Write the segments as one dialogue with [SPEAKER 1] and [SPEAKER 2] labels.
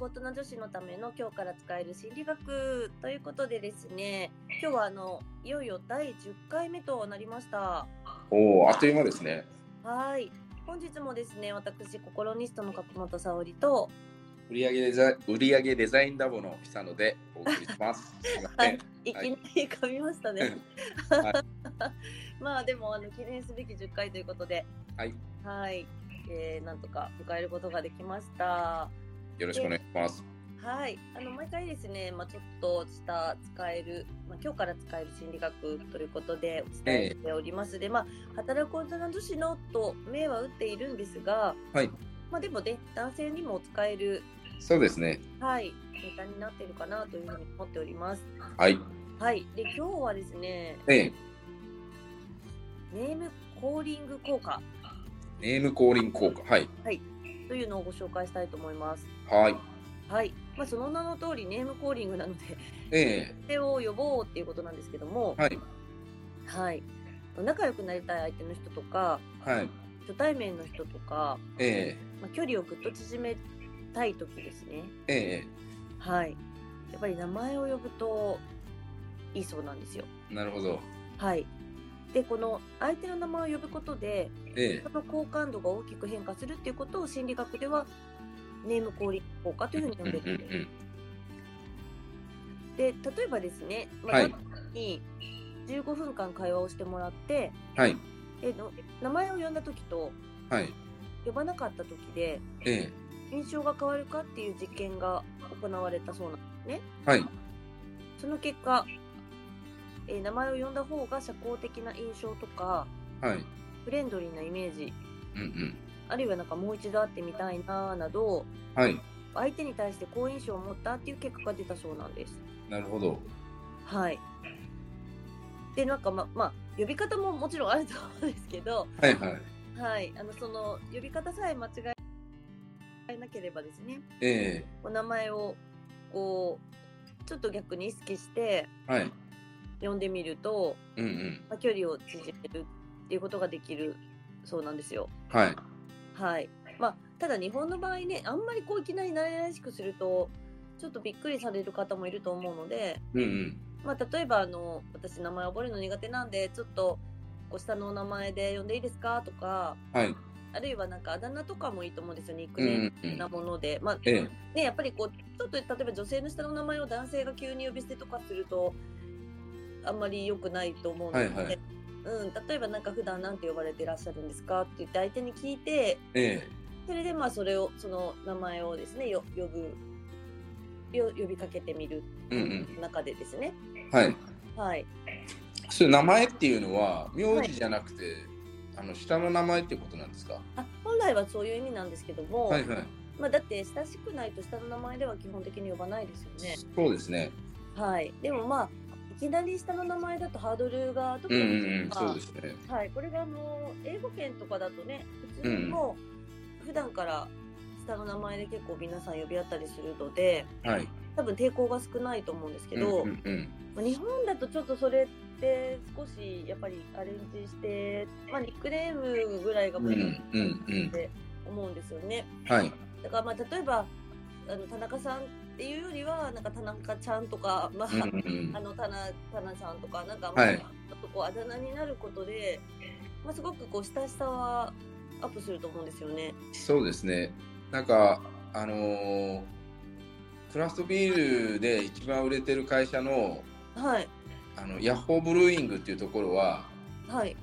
[SPEAKER 1] 大人女子のための今日から使える心理学ということでですね、今日はあのいよいよ第10回目となりました。
[SPEAKER 2] おお、あっという間ですね。
[SPEAKER 1] はい。本日もですね、私ココロニストの角本沙織と、
[SPEAKER 2] 売上デザイン、売上デザインラボの久野でお送りし ます。すいません
[SPEAKER 1] いきなり噛みましたね。 まあでもあの記念すべき10回ということで、
[SPEAKER 2] はい、
[SPEAKER 1] はい、えーなんとか迎えることができました。
[SPEAKER 2] よろしくお願いします。
[SPEAKER 1] はい、あの毎回ですね、まあ、ちょっとした使える、まあ、今日から使える心理学ということでお伝えしておりますで、まあ、働く大人女子のと銘は打っているんですが、
[SPEAKER 2] はい
[SPEAKER 1] まあ、でもね男性にも使える、
[SPEAKER 2] そうですね。
[SPEAKER 1] はい、ネタになっているかなというふうに思っております。
[SPEAKER 2] はい。
[SPEAKER 1] はい、で今日はですね
[SPEAKER 2] ええ、
[SPEAKER 1] ネームコーリング効果
[SPEAKER 2] ネーム降臨効果。はい。
[SPEAKER 1] というのをご紹介したいと思います。
[SPEAKER 2] はい。
[SPEAKER 1] はい、まあ、その名の通りネームコーリングなので
[SPEAKER 2] ええ、
[SPEAKER 1] それを呼ぼうっていうことなんですけども、
[SPEAKER 2] はい。
[SPEAKER 1] はい、仲良くなりたい相手の人とか
[SPEAKER 2] はい。
[SPEAKER 1] 初対面の人とか、
[SPEAKER 2] え
[SPEAKER 1] まあ、距離をぐっと縮めたい時ですね
[SPEAKER 2] え、え
[SPEAKER 1] はいやっぱり名前を呼ぶといいそうなんですよ
[SPEAKER 2] え、なるほど。
[SPEAKER 1] はいでこの相手の名前を呼ぶことで
[SPEAKER 2] ええ
[SPEAKER 1] そ、の好感度が大きく変化するっていうことを心理学ではネーム効率効果というふうに呼
[SPEAKER 2] うんん
[SPEAKER 1] で
[SPEAKER 2] うんう
[SPEAKER 1] るんです
[SPEAKER 2] ん。
[SPEAKER 1] で例えばですね、ま
[SPEAKER 2] は
[SPEAKER 1] あ、
[SPEAKER 2] い
[SPEAKER 1] に15分間会話をしてもらって
[SPEAKER 2] はい。
[SPEAKER 1] での名前を呼んだ時と
[SPEAKER 2] はい。
[SPEAKER 1] 呼ばなかった時で
[SPEAKER 2] ええ、
[SPEAKER 1] 印象が変わるかっていう実験が行われたそうなんですね。
[SPEAKER 2] はい。
[SPEAKER 1] その結果、えー名前を呼んだ方が社交的な印象とか
[SPEAKER 2] はい。
[SPEAKER 1] フレンドリーなイメージ
[SPEAKER 2] うんうん。
[SPEAKER 1] あるいはなんかもう一度会ってみたいななど
[SPEAKER 2] はい。
[SPEAKER 1] 相手に対して好印象を持ったっていう結果が出たそうなんです。
[SPEAKER 2] なるほど。
[SPEAKER 1] はいでなんかままあ呼び方ももちろんあると思うんですけど、
[SPEAKER 2] はいはい。
[SPEAKER 1] はい、あのその呼び方さえ間違えなければですね
[SPEAKER 2] え
[SPEAKER 1] お名前をこうちょっと逆に意識して
[SPEAKER 2] え、はい。
[SPEAKER 1] 呼んでみると、
[SPEAKER 2] うんうん。
[SPEAKER 1] まあ、距離を縮めるっていうことができるそうなんですよ。
[SPEAKER 2] はい。
[SPEAKER 1] はいまあ、ただ日本の場合ねあんまりこういきなり慣れ慣れしくするとちょっとびっくりされる方もいると思うので、
[SPEAKER 2] うんうん。
[SPEAKER 1] まあ、例えばあの私名前覚えるの苦手なんでちょっとご下のお名前で呼んでいいですかとか
[SPEAKER 2] はい。
[SPEAKER 1] あるいはなんかあだ名とかもいいと思うんですよニック
[SPEAKER 2] うん
[SPEAKER 1] ネー
[SPEAKER 2] う
[SPEAKER 1] ム
[SPEAKER 2] ん。
[SPEAKER 1] なもので、まあ
[SPEAKER 2] ええ、
[SPEAKER 1] ね、やっぱりこうちょっと例えば女性の下の名前を男性が急に呼び捨てとかするとあんまり良くないと思うので、
[SPEAKER 2] はいはい
[SPEAKER 1] うん、例えばなんか普段なんて呼ばれてらっしゃるんですかって言って相手に聞いて
[SPEAKER 2] ええ、
[SPEAKER 1] それでまあそれをその名前をですねよ呼ぶよ呼びかけてみる
[SPEAKER 2] うん
[SPEAKER 1] 中でですね、
[SPEAKER 2] うん。はい。
[SPEAKER 1] はい、
[SPEAKER 2] それ名前っていうのは名字じゃなくて、あの下の名前っていうことなんですか。
[SPEAKER 1] あ本来はそういう意味なんですけども、
[SPEAKER 2] はいはい。
[SPEAKER 1] まあ、だって親しくないと下の名前では基本的に呼ばないですよね。
[SPEAKER 2] そうですね。
[SPEAKER 1] はい、でもまあいきなり下の名前だとハードルが特
[SPEAKER 2] うん
[SPEAKER 1] に
[SPEAKER 2] うんうん。
[SPEAKER 1] まあ
[SPEAKER 2] そうですね。
[SPEAKER 1] はい、これがあの英語圏とかだとね普通
[SPEAKER 2] う
[SPEAKER 1] に
[SPEAKER 2] ん
[SPEAKER 1] もう普段から下の名前で結構皆さん呼び合ったりするので
[SPEAKER 2] はい。
[SPEAKER 1] 多分抵抗が少ないと思うんですけど、
[SPEAKER 2] うんうん
[SPEAKER 1] まあ日本だとちょっとそれって少しやっぱりアレンジして、まあ、ニックネームぐらいが
[SPEAKER 2] うん。う
[SPEAKER 1] も
[SPEAKER 2] ん
[SPEAKER 1] う
[SPEAKER 2] うん
[SPEAKER 1] 思うんですよね。
[SPEAKER 2] うん。はい。
[SPEAKER 1] だからまあ例えばあの田中さんっていうよりはなんか田中ちゃんとか、まあ
[SPEAKER 2] うんうん
[SPEAKER 1] あのタナタナさんとかなんか、
[SPEAKER 2] はい
[SPEAKER 1] ちょっとこうあだ名になることで、まあ、すごくこう親しさはアップすると思うんですよね。
[SPEAKER 2] そうですね。なんかあのークラフトビールで一番売れてる会社の
[SPEAKER 1] はい
[SPEAKER 2] あのヤッホーブルーイングっていうところは
[SPEAKER 1] はい。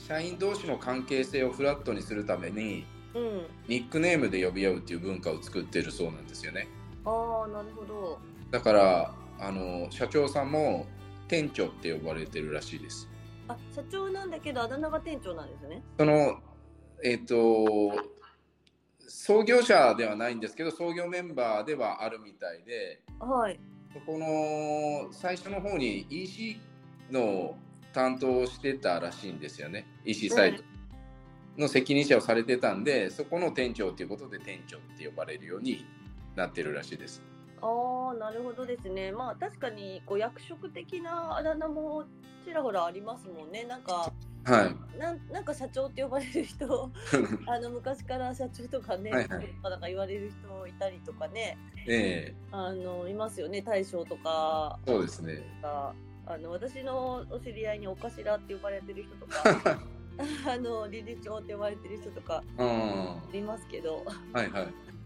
[SPEAKER 2] 社員同士の関係性をフラットにするために
[SPEAKER 1] うん。
[SPEAKER 2] ニックネームで呼び合うっていう文化を作ってるそうなんですよね。
[SPEAKER 1] ああなるほど。
[SPEAKER 2] だからあの社長さんも店長って呼ばれてるらしいです。
[SPEAKER 1] あ社長なんだけどあだ名が店長なんですね。
[SPEAKER 2] そのえっ、と創業者ではないんですけど創業メンバーではあるみたいで
[SPEAKER 1] はい
[SPEAKER 2] そこの最初の方に EC の担当をしてたらしいんですよね EC サイトの責任者をされてたんでそこの店長ということで店長って呼ばれるようになってるらしいです。
[SPEAKER 1] ああなるほどですね。まあ確かにこう役職的なあだ名もちらほらありますもんね。なんか
[SPEAKER 2] はい。
[SPEAKER 1] なんなんか社長って呼ばれる人 あの昔から社長とかね、
[SPEAKER 2] はいはい
[SPEAKER 1] とかなんか言われる人いたりとかね
[SPEAKER 2] ええ
[SPEAKER 1] あのいますよね大将とか
[SPEAKER 2] そうですね。
[SPEAKER 1] があの私のお知り合いにお頭って呼ばれてる人と かあの理事長って呼ばれてる人とか
[SPEAKER 2] うん。はい
[SPEAKER 1] ますけど
[SPEAKER 2] いはい。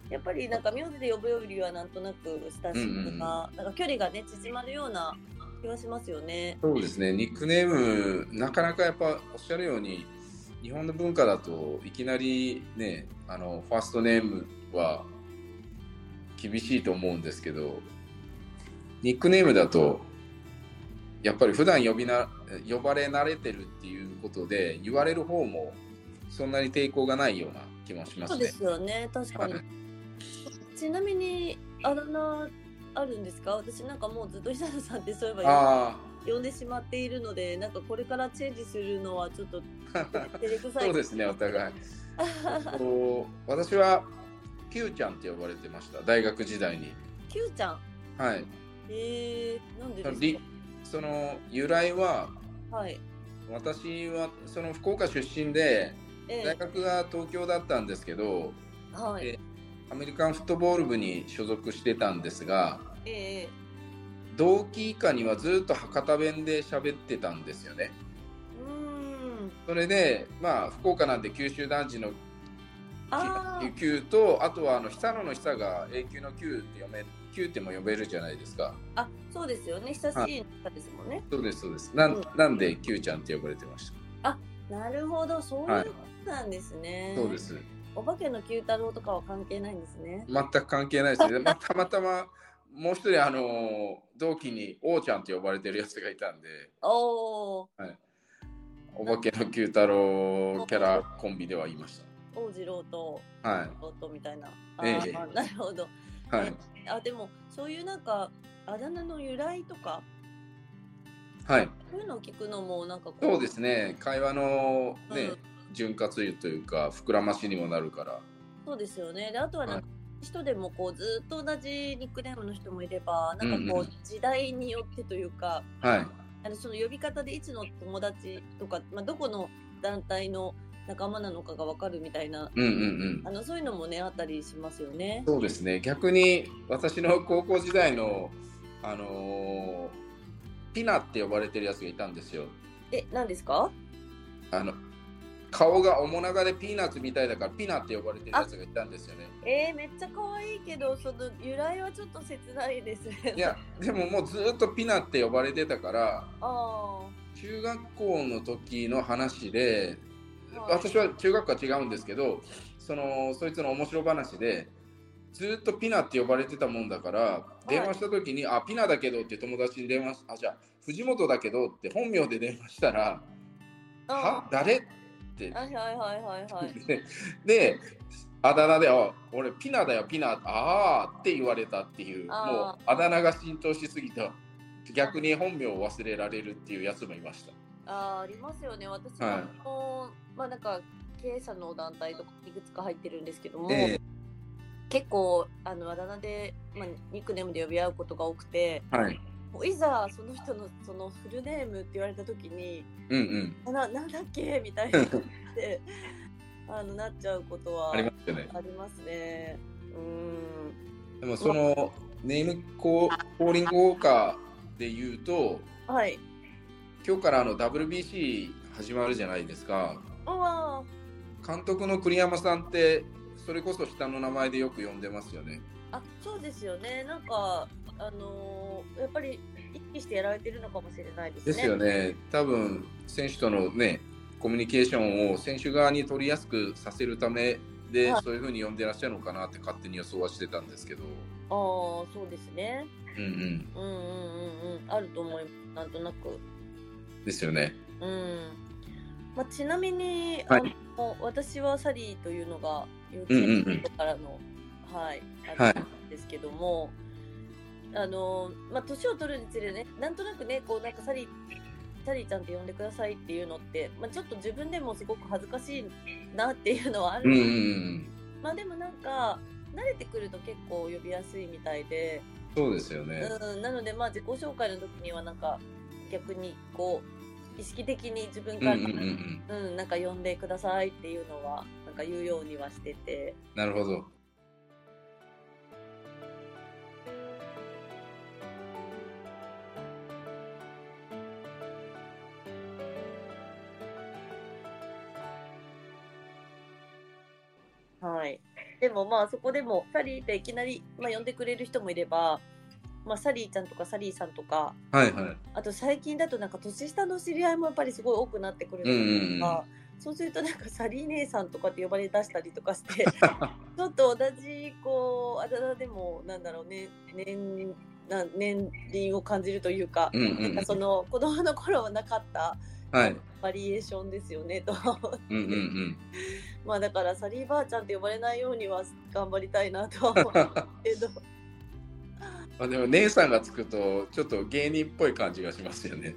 [SPEAKER 1] やっぱりなんか名字で呼ぶよりはなんとなく親しみとか,、なんか距離がね縮まるような気はしますよね。
[SPEAKER 2] そうですね。ニックネーム、なかなかやっぱおっしゃるように、日本の文化だといきなりね、あの、ファーストネームは厳しいと思うんですけど、ニックネームだと、やっぱり普段呼びな呼ばれ慣れてるっていうことで、言われる方もそんなに抵抗がないような気もしま
[SPEAKER 1] そ
[SPEAKER 2] す
[SPEAKER 1] う
[SPEAKER 2] ね。
[SPEAKER 1] ですよね確かに
[SPEAKER 2] はい。
[SPEAKER 1] ちなみにあだ名あるんですか私なんかもうずっと久田さんってそういえば
[SPEAKER 2] あ
[SPEAKER 1] 呼んでしまっているのでなんかこれからチェンジするのはちょっと照れく
[SPEAKER 2] あ、
[SPEAKER 1] さい
[SPEAKER 2] そうですね、お 互い。こう私は Q ちゃんって呼ばれてました大学時代に
[SPEAKER 1] Q ちゃん
[SPEAKER 2] はい
[SPEAKER 1] えー、なんでです
[SPEAKER 2] り
[SPEAKER 1] か
[SPEAKER 2] その由来は
[SPEAKER 1] はい
[SPEAKER 2] 私はその福岡出身で
[SPEAKER 1] え
[SPEAKER 2] 大学が東京だったんですけど
[SPEAKER 1] えはい
[SPEAKER 2] えアメリカンフットボール部に所属してたんですが
[SPEAKER 1] ええ
[SPEAKER 2] 同期以下にはずっと博多弁で喋ってたんですよね
[SPEAKER 1] うーん
[SPEAKER 2] それでまあ福岡なんで九州男児の
[SPEAKER 1] あー
[SPEAKER 2] 九とあとはあの久野の久が永久の九って読め九っても呼べるじゃないですか
[SPEAKER 1] あそうですよね親しい方ですもんね
[SPEAKER 2] そうですそうです。なん,、
[SPEAKER 1] うん
[SPEAKER 2] なんで Q ちゃんって呼ばれてました。
[SPEAKER 1] なるほどそういうこ
[SPEAKER 2] はい
[SPEAKER 1] となんですね、
[SPEAKER 2] そうです。
[SPEAKER 1] お化けの Q 太郎とかは関係ないんですね
[SPEAKER 2] 全く関係ないですね。まあ、たまたまもう一人あのー同期に王ちゃんって呼ばれてるやつがいたんで、
[SPEAKER 1] おお
[SPEAKER 2] お化けの Q 太郎キャラコンビではいまし
[SPEAKER 1] 王次郎と
[SPEAKER 2] た。は
[SPEAKER 1] 弟みたいな。あ
[SPEAKER 2] ええ
[SPEAKER 1] ー、なるほど。
[SPEAKER 2] いはい
[SPEAKER 1] あでもそういうなんかあだ名の由来とか
[SPEAKER 2] はい。
[SPEAKER 1] そういうのを聞くのもなんかこ
[SPEAKER 2] そうですね。会話のね、
[SPEAKER 1] うん
[SPEAKER 2] 潤滑油というか膨らましにもなるから。
[SPEAKER 1] そうですよね。であとはなんか、人でもこうずっと同じニックネームの人もいればなんかこ
[SPEAKER 2] うん
[SPEAKER 1] う時代によってというか、
[SPEAKER 2] はい
[SPEAKER 1] あのその呼び方でいつの友達とか、まあ、どこの団体の仲間なのかがわかるみたいな
[SPEAKER 2] うんうんうん
[SPEAKER 1] あ。のそういうのもねあったりしますよね。
[SPEAKER 2] そうですね。逆に私の高校時代のあのーピナって呼ばれてるやつがいたんですよ。
[SPEAKER 1] え何ですか
[SPEAKER 2] あの顔が面長でピーナッツみたいだからピナって呼ばれてるやつがいたんですよね。
[SPEAKER 1] えー、めっちゃ可愛いけどその由来はちょっと切ないですね。
[SPEAKER 2] いやでももうずっとピナって呼ばれてたから
[SPEAKER 1] あ
[SPEAKER 2] 中学校の時の話で
[SPEAKER 1] はい
[SPEAKER 2] 私は中学校は違うんですけどそのそいつの面白話でずっとピナって呼ばれてたもんだから
[SPEAKER 1] い
[SPEAKER 2] 電話した時に「あピナだけど」って友達に電話しあじゃあ藤本だけど」って本名で電話したら「
[SPEAKER 1] あ。
[SPEAKER 2] は誰?」って
[SPEAKER 1] はいはいはいはいはい。
[SPEAKER 2] でであだ名で「あ俺ピナだよピナああ」って言われたっていう
[SPEAKER 1] あー
[SPEAKER 2] もうあだ名が浸透しすぎた逆に本名を忘れられるっていうやつもいました
[SPEAKER 1] あーありますよね。私も、
[SPEAKER 2] はい
[SPEAKER 1] あのまあなんか経営者の団体とかいくつか入ってるんですけども、
[SPEAKER 2] え
[SPEAKER 1] 結構あのあだ名で、まあ、ニックネームで呼び合うことが多くて、
[SPEAKER 2] はい
[SPEAKER 1] もういざその人のそのフルネームって言われた時に、
[SPEAKER 2] うんうん
[SPEAKER 1] あななんだっけみたいになって あのなっちゃうことは
[SPEAKER 2] ありますよね
[SPEAKER 1] ありますね。うん。
[SPEAKER 2] でもそのネームコーコーリングウォーカーで言うと
[SPEAKER 1] はい。
[SPEAKER 2] 今日からあの WBC 始まるじゃないですか
[SPEAKER 1] うわ
[SPEAKER 2] 監督の栗山さんってそれこそ下の名前でよく呼んでますよね
[SPEAKER 1] ーあそうですよね。なんかあのーやっぱり一気してやられてるのかもしれないですね。
[SPEAKER 2] ですよね、多分選手とのね、コミュニケーションを選手側に取りやすくさせるためで、
[SPEAKER 1] はい
[SPEAKER 2] そういうふうに呼んでらっしゃるのかなって勝手に予想はしてたんですけど、
[SPEAKER 1] ああそうですね。
[SPEAKER 2] うんうん、
[SPEAKER 1] うんうんうんうんあると思いますなんとなく。
[SPEAKER 2] ですよね。
[SPEAKER 1] うん。まあ、ちなみに、
[SPEAKER 2] はい
[SPEAKER 1] あの私はサリーというのが幼稚
[SPEAKER 2] うんうんう
[SPEAKER 1] 園
[SPEAKER 2] ん
[SPEAKER 1] の頃からの、はいあ
[SPEAKER 2] はい
[SPEAKER 1] のですけども。あのまあ、年を取るにつれねなんとなくねこうなんかサリーサリーちゃんって呼んでくださいっていうのって、まあ、ちょっと自分でもすごく恥ずかしいなっていうのはある
[SPEAKER 2] うんんう
[SPEAKER 1] で
[SPEAKER 2] ん
[SPEAKER 1] すけど
[SPEAKER 2] うん、
[SPEAKER 1] まあでもなんか慣れてくると結構呼びやすいみたいで、
[SPEAKER 2] そうですよね。
[SPEAKER 1] うん、なのでまあ自己紹介の時にはなんか逆にこう意識的に自分
[SPEAKER 2] うん
[SPEAKER 1] か
[SPEAKER 2] う
[SPEAKER 1] ら、
[SPEAKER 2] んうんうん。
[SPEAKER 1] うん、なんか呼んでくださいっていうのは、なんか言うようにはしてて。
[SPEAKER 2] なるほど。
[SPEAKER 1] はい。でもまあそこでも、サリーっていきなり、まあ呼んでくれる人もいれば、まあサリーちゃんとかサリーさんとか、
[SPEAKER 2] はいはい。
[SPEAKER 1] あと最近だとなんか年下の知り合いもやっぱりすごい多くなってくるの
[SPEAKER 2] うんうん
[SPEAKER 1] とか、そうするとなんかサリー姉さんとかって呼ばれ出したりとかしてちょっと同じこうあだ名でもなんだろうね年な年輪を感じるというか、
[SPEAKER 2] うんう
[SPEAKER 1] なん
[SPEAKER 2] ん
[SPEAKER 1] か。その子供の頃はなかった
[SPEAKER 2] はい。
[SPEAKER 1] バリエーションですよねと
[SPEAKER 2] うんうんうん。
[SPEAKER 1] まあだからサリーばあちゃんって呼ばれないようには頑張りたいなとは思うけど
[SPEAKER 2] あでも姉さんがつくとちょっと芸人っぽい感じがしますよね。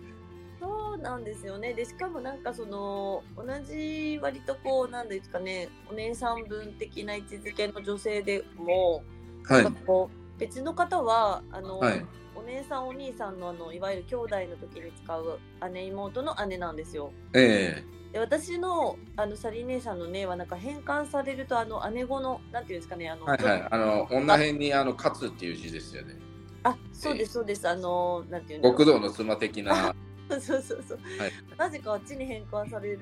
[SPEAKER 1] そうなんですよね。で、しかもなんかその、同じ割とこう、なんですかね、お姉さん分的な位置づけの女性でも、
[SPEAKER 2] はい
[SPEAKER 1] なんかこう別の方は、あの、
[SPEAKER 2] はい。
[SPEAKER 1] お姉さんお兄さんのあの、いわゆる兄弟の時に使う姉妹の姉なんですよ。
[SPEAKER 2] え
[SPEAKER 1] で、私の、あの、サリー姉さんの姉はなんか変換されると、あの、姉子の、なんていうんですかね、あ
[SPEAKER 2] え
[SPEAKER 1] の、
[SPEAKER 2] はいはい。あの女編にあの勝つっていう字ですよね。
[SPEAKER 1] あ、そうです、そうです、あの、なんていうんだろう
[SPEAKER 2] 極道の妻的 な。
[SPEAKER 1] そうそうそう。
[SPEAKER 2] はい
[SPEAKER 1] なぜかあっちに変換され る、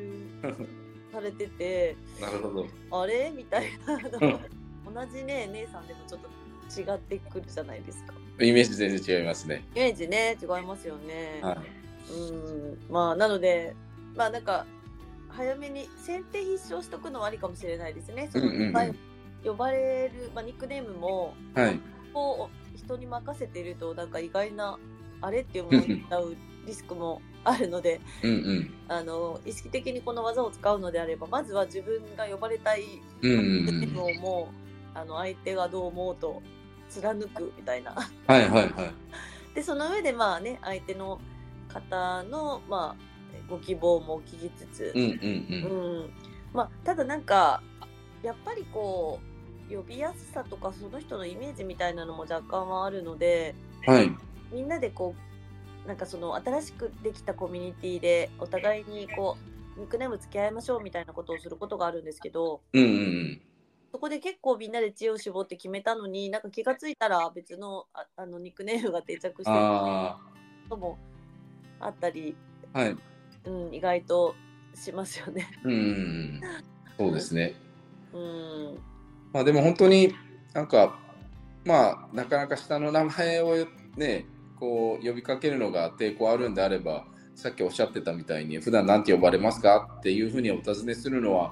[SPEAKER 1] されてて、
[SPEAKER 2] なるほど。
[SPEAKER 1] あれみたいな、
[SPEAKER 2] ん
[SPEAKER 1] 同じね姉さんでもちょっと違ってくるじゃないですか
[SPEAKER 2] イメージ全然違いますね。
[SPEAKER 1] イメージね違いますよね、
[SPEAKER 2] はい。
[SPEAKER 1] うんまあなのでまあなんか早めに先手必勝しとくのはありかもしれないですねその
[SPEAKER 2] うんうんうん
[SPEAKER 1] まあ呼ばれる、まあ、ニックネームも
[SPEAKER 2] はい。
[SPEAKER 1] こう人に任せてるとなんか意外なあれっていうものになうリスクもあるので
[SPEAKER 2] うんうん。
[SPEAKER 1] あの意識的にこの技を使うのであればまずは自分が呼ばれたい
[SPEAKER 2] うんうんう
[SPEAKER 1] で
[SPEAKER 2] ん。
[SPEAKER 1] ももうあの相手がどう思うと貫くみたいな。
[SPEAKER 2] はいはいはい。
[SPEAKER 1] でその上でまあね相手の方のまあご希望も聞きつつ
[SPEAKER 2] う、んうん
[SPEAKER 1] うんまあただなんかやっぱりこう呼びやすさとかその人のイメージみたいなのも若干はあるので
[SPEAKER 2] うん。はい。
[SPEAKER 1] みんなでこうなんかその新しくできたコミュニティでお互いにこうニックネーム付き合いましょうみたいなことをすることがあるんですけど、
[SPEAKER 2] うんうんうん。
[SPEAKER 1] そこで結構みんなで知恵を絞って決めたのになんか気がついたら別のああのニックネームが定着してる
[SPEAKER 2] あ
[SPEAKER 1] こともあったり、
[SPEAKER 2] あ。はい。
[SPEAKER 1] うん、意外としますよね。
[SPEAKER 2] うんうんうん。そうですね。
[SPEAKER 1] うん、
[SPEAKER 2] まあでも本当になんかまあなかなか下の名前をねこう呼びかけるのが抵抗あるんであればさっきおっしゃってたみたいに普段なんて呼ばれますかっていうふうにお尋ねするのは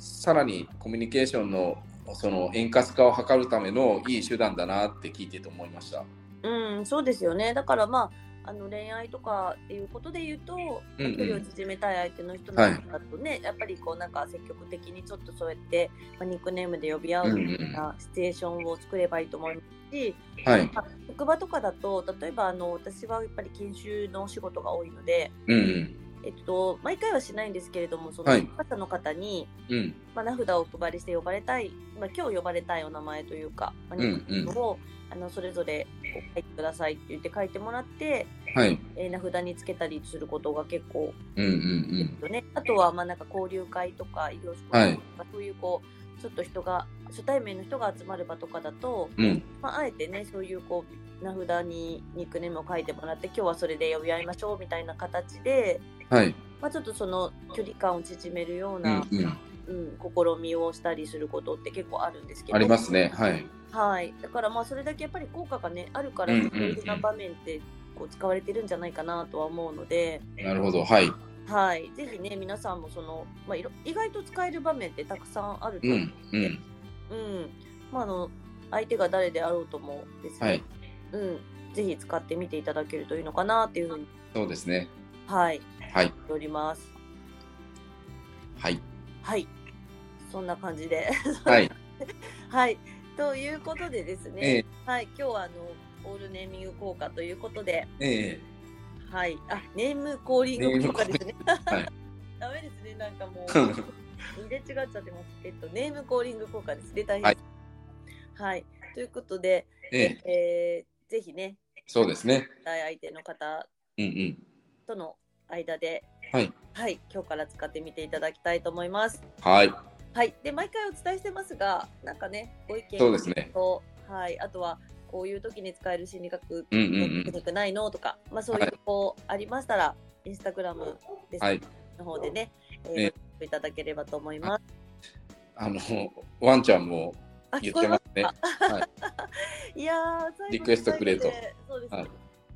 [SPEAKER 2] さらにコミュニケーションのその円滑化を図るためのいい手段だなって聞いてて思いました。
[SPEAKER 1] うん、そうですよねだからまああの恋愛とかっていうことで言うと
[SPEAKER 2] うんうん
[SPEAKER 1] 距離を縮めたい相手の人なんかだとね、やっぱりこうなんか積極的にちょっとそうやって、まあ、ニックネームで呼び合うみたいなシチュエーションを作ればいいと思いますし、
[SPEAKER 2] はい。
[SPEAKER 1] まあ職場とかだと例えばあの私はやっぱり研修のお仕事が多いので、
[SPEAKER 2] うんうん。
[SPEAKER 1] えっと、毎回はしないんですけれどもその
[SPEAKER 2] はい
[SPEAKER 1] 方の方に、
[SPEAKER 2] うん。
[SPEAKER 1] まあ、名札をお配りして呼ばれたい、まあ、今日呼ばれたいお名前というか、まあ、
[SPEAKER 2] うんうん
[SPEAKER 1] ニックネームを、あのそれぞれこう書いてくださいって言って書いてもらって、
[SPEAKER 2] はい。
[SPEAKER 1] えー名札につけたりすることが結構、
[SPEAKER 2] うんうん
[SPEAKER 1] ね、あとはまあなんか交流会とか医療職会とか、そういうこうちょっと人が初対面の人が集まる場とかだと、
[SPEAKER 2] うん。うん。
[SPEAKER 1] まあ、あえてねそういうこう名札にニックネームを書いてもらって今日はそれで呼び合いましょうみたいな形で、
[SPEAKER 2] はい。
[SPEAKER 1] まあ、ちょっとその距離感を縮めるよう
[SPEAKER 2] う
[SPEAKER 1] な、
[SPEAKER 2] んう
[SPEAKER 1] う
[SPEAKER 2] ん。
[SPEAKER 1] ん試みをしたりすることって結構あるんですけど
[SPEAKER 2] ありますね。はい。
[SPEAKER 1] はい、だからまあそれだけやっぱり効果がねあるから
[SPEAKER 2] うん
[SPEAKER 1] い
[SPEAKER 2] うんうん
[SPEAKER 1] ろんな場面ってこう使われてるんじゃないかなとは思うので、
[SPEAKER 2] なるほど。はい。
[SPEAKER 1] はい、ぜひね皆さんもその、まあ、いろ意外と使える場面ってたくさんあると
[SPEAKER 2] う
[SPEAKER 1] 思うん
[SPEAKER 2] うん。
[SPEAKER 1] うんまあ、あの相手が誰であろうともですね、
[SPEAKER 2] はい
[SPEAKER 1] うん、ぜひ使ってみていただけるといいのかなっていうふうに、
[SPEAKER 2] そうですね。
[SPEAKER 1] はい、
[SPEAKER 2] はい。
[SPEAKER 1] 言っております。
[SPEAKER 2] はい。
[SPEAKER 1] はい、そんな感じで、
[SPEAKER 2] はい。
[SPEAKER 1] はい、ということでです
[SPEAKER 2] え
[SPEAKER 1] ね、
[SPEAKER 2] え
[SPEAKER 1] はい、今日はあのオールネーミング効果ということで、
[SPEAKER 2] ええ
[SPEAKER 1] はい、あ、ネームコーリング効果ですね。
[SPEAKER 2] ーリングはい
[SPEAKER 1] ダメですね、なんか もう入れ違っちゃってます。えっと、ネームコーリング効果です。出たいです。はい、ということで、
[SPEAKER 2] ええ
[SPEAKER 1] えーぜひね、
[SPEAKER 2] そうですね。
[SPEAKER 1] 対相手の方
[SPEAKER 2] うんうん。
[SPEAKER 1] との間で、
[SPEAKER 2] はい、
[SPEAKER 1] はい、今日から使ってみていただきたいと思います。
[SPEAKER 2] はい、
[SPEAKER 1] はい、で毎回お伝えしてますが、なんかね、ご意見
[SPEAKER 2] そうですね
[SPEAKER 1] と、はい、あとはこういう時に使える心理学
[SPEAKER 2] うんうんうん
[SPEAKER 1] テクニックないのとか、まあそうい
[SPEAKER 2] は
[SPEAKER 1] うこうありましたら、インスタグラムです
[SPEAKER 2] はい、
[SPEAKER 1] の方でね、えー
[SPEAKER 2] ね
[SPEAKER 1] ごいただければと思います。
[SPEAKER 2] あのワンちゃんも
[SPEAKER 1] あ、
[SPEAKER 2] 言
[SPEAKER 1] 聞
[SPEAKER 2] っ
[SPEAKER 1] こえ
[SPEAKER 2] て
[SPEAKER 1] ま
[SPEAKER 2] ますすね。
[SPEAKER 1] いやー、最後の
[SPEAKER 2] リクエストくれと
[SPEAKER 1] 最後でそうですね。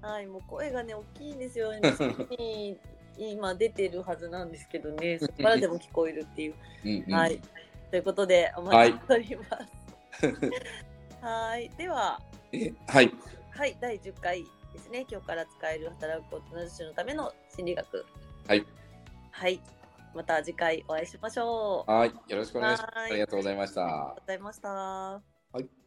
[SPEAKER 1] はい、もう声がね、大きいんですよ。今今出てるはずなんですけど ね、そこからでも聞こえるっていう。
[SPEAKER 2] うんうん、
[SPEAKER 1] はい。ということで、お待ちしております。 はいでは、
[SPEAKER 2] えはい、
[SPEAKER 1] はい、第10回ですね。今日から使える働く大人女子のための心理学。
[SPEAKER 2] はい。
[SPEAKER 1] はい。また次回お会いしましょう。あり
[SPEAKER 2] はい、よろしくお願いします。
[SPEAKER 1] はい
[SPEAKER 2] ありがとうございました
[SPEAKER 1] がとう。ございました。
[SPEAKER 2] はい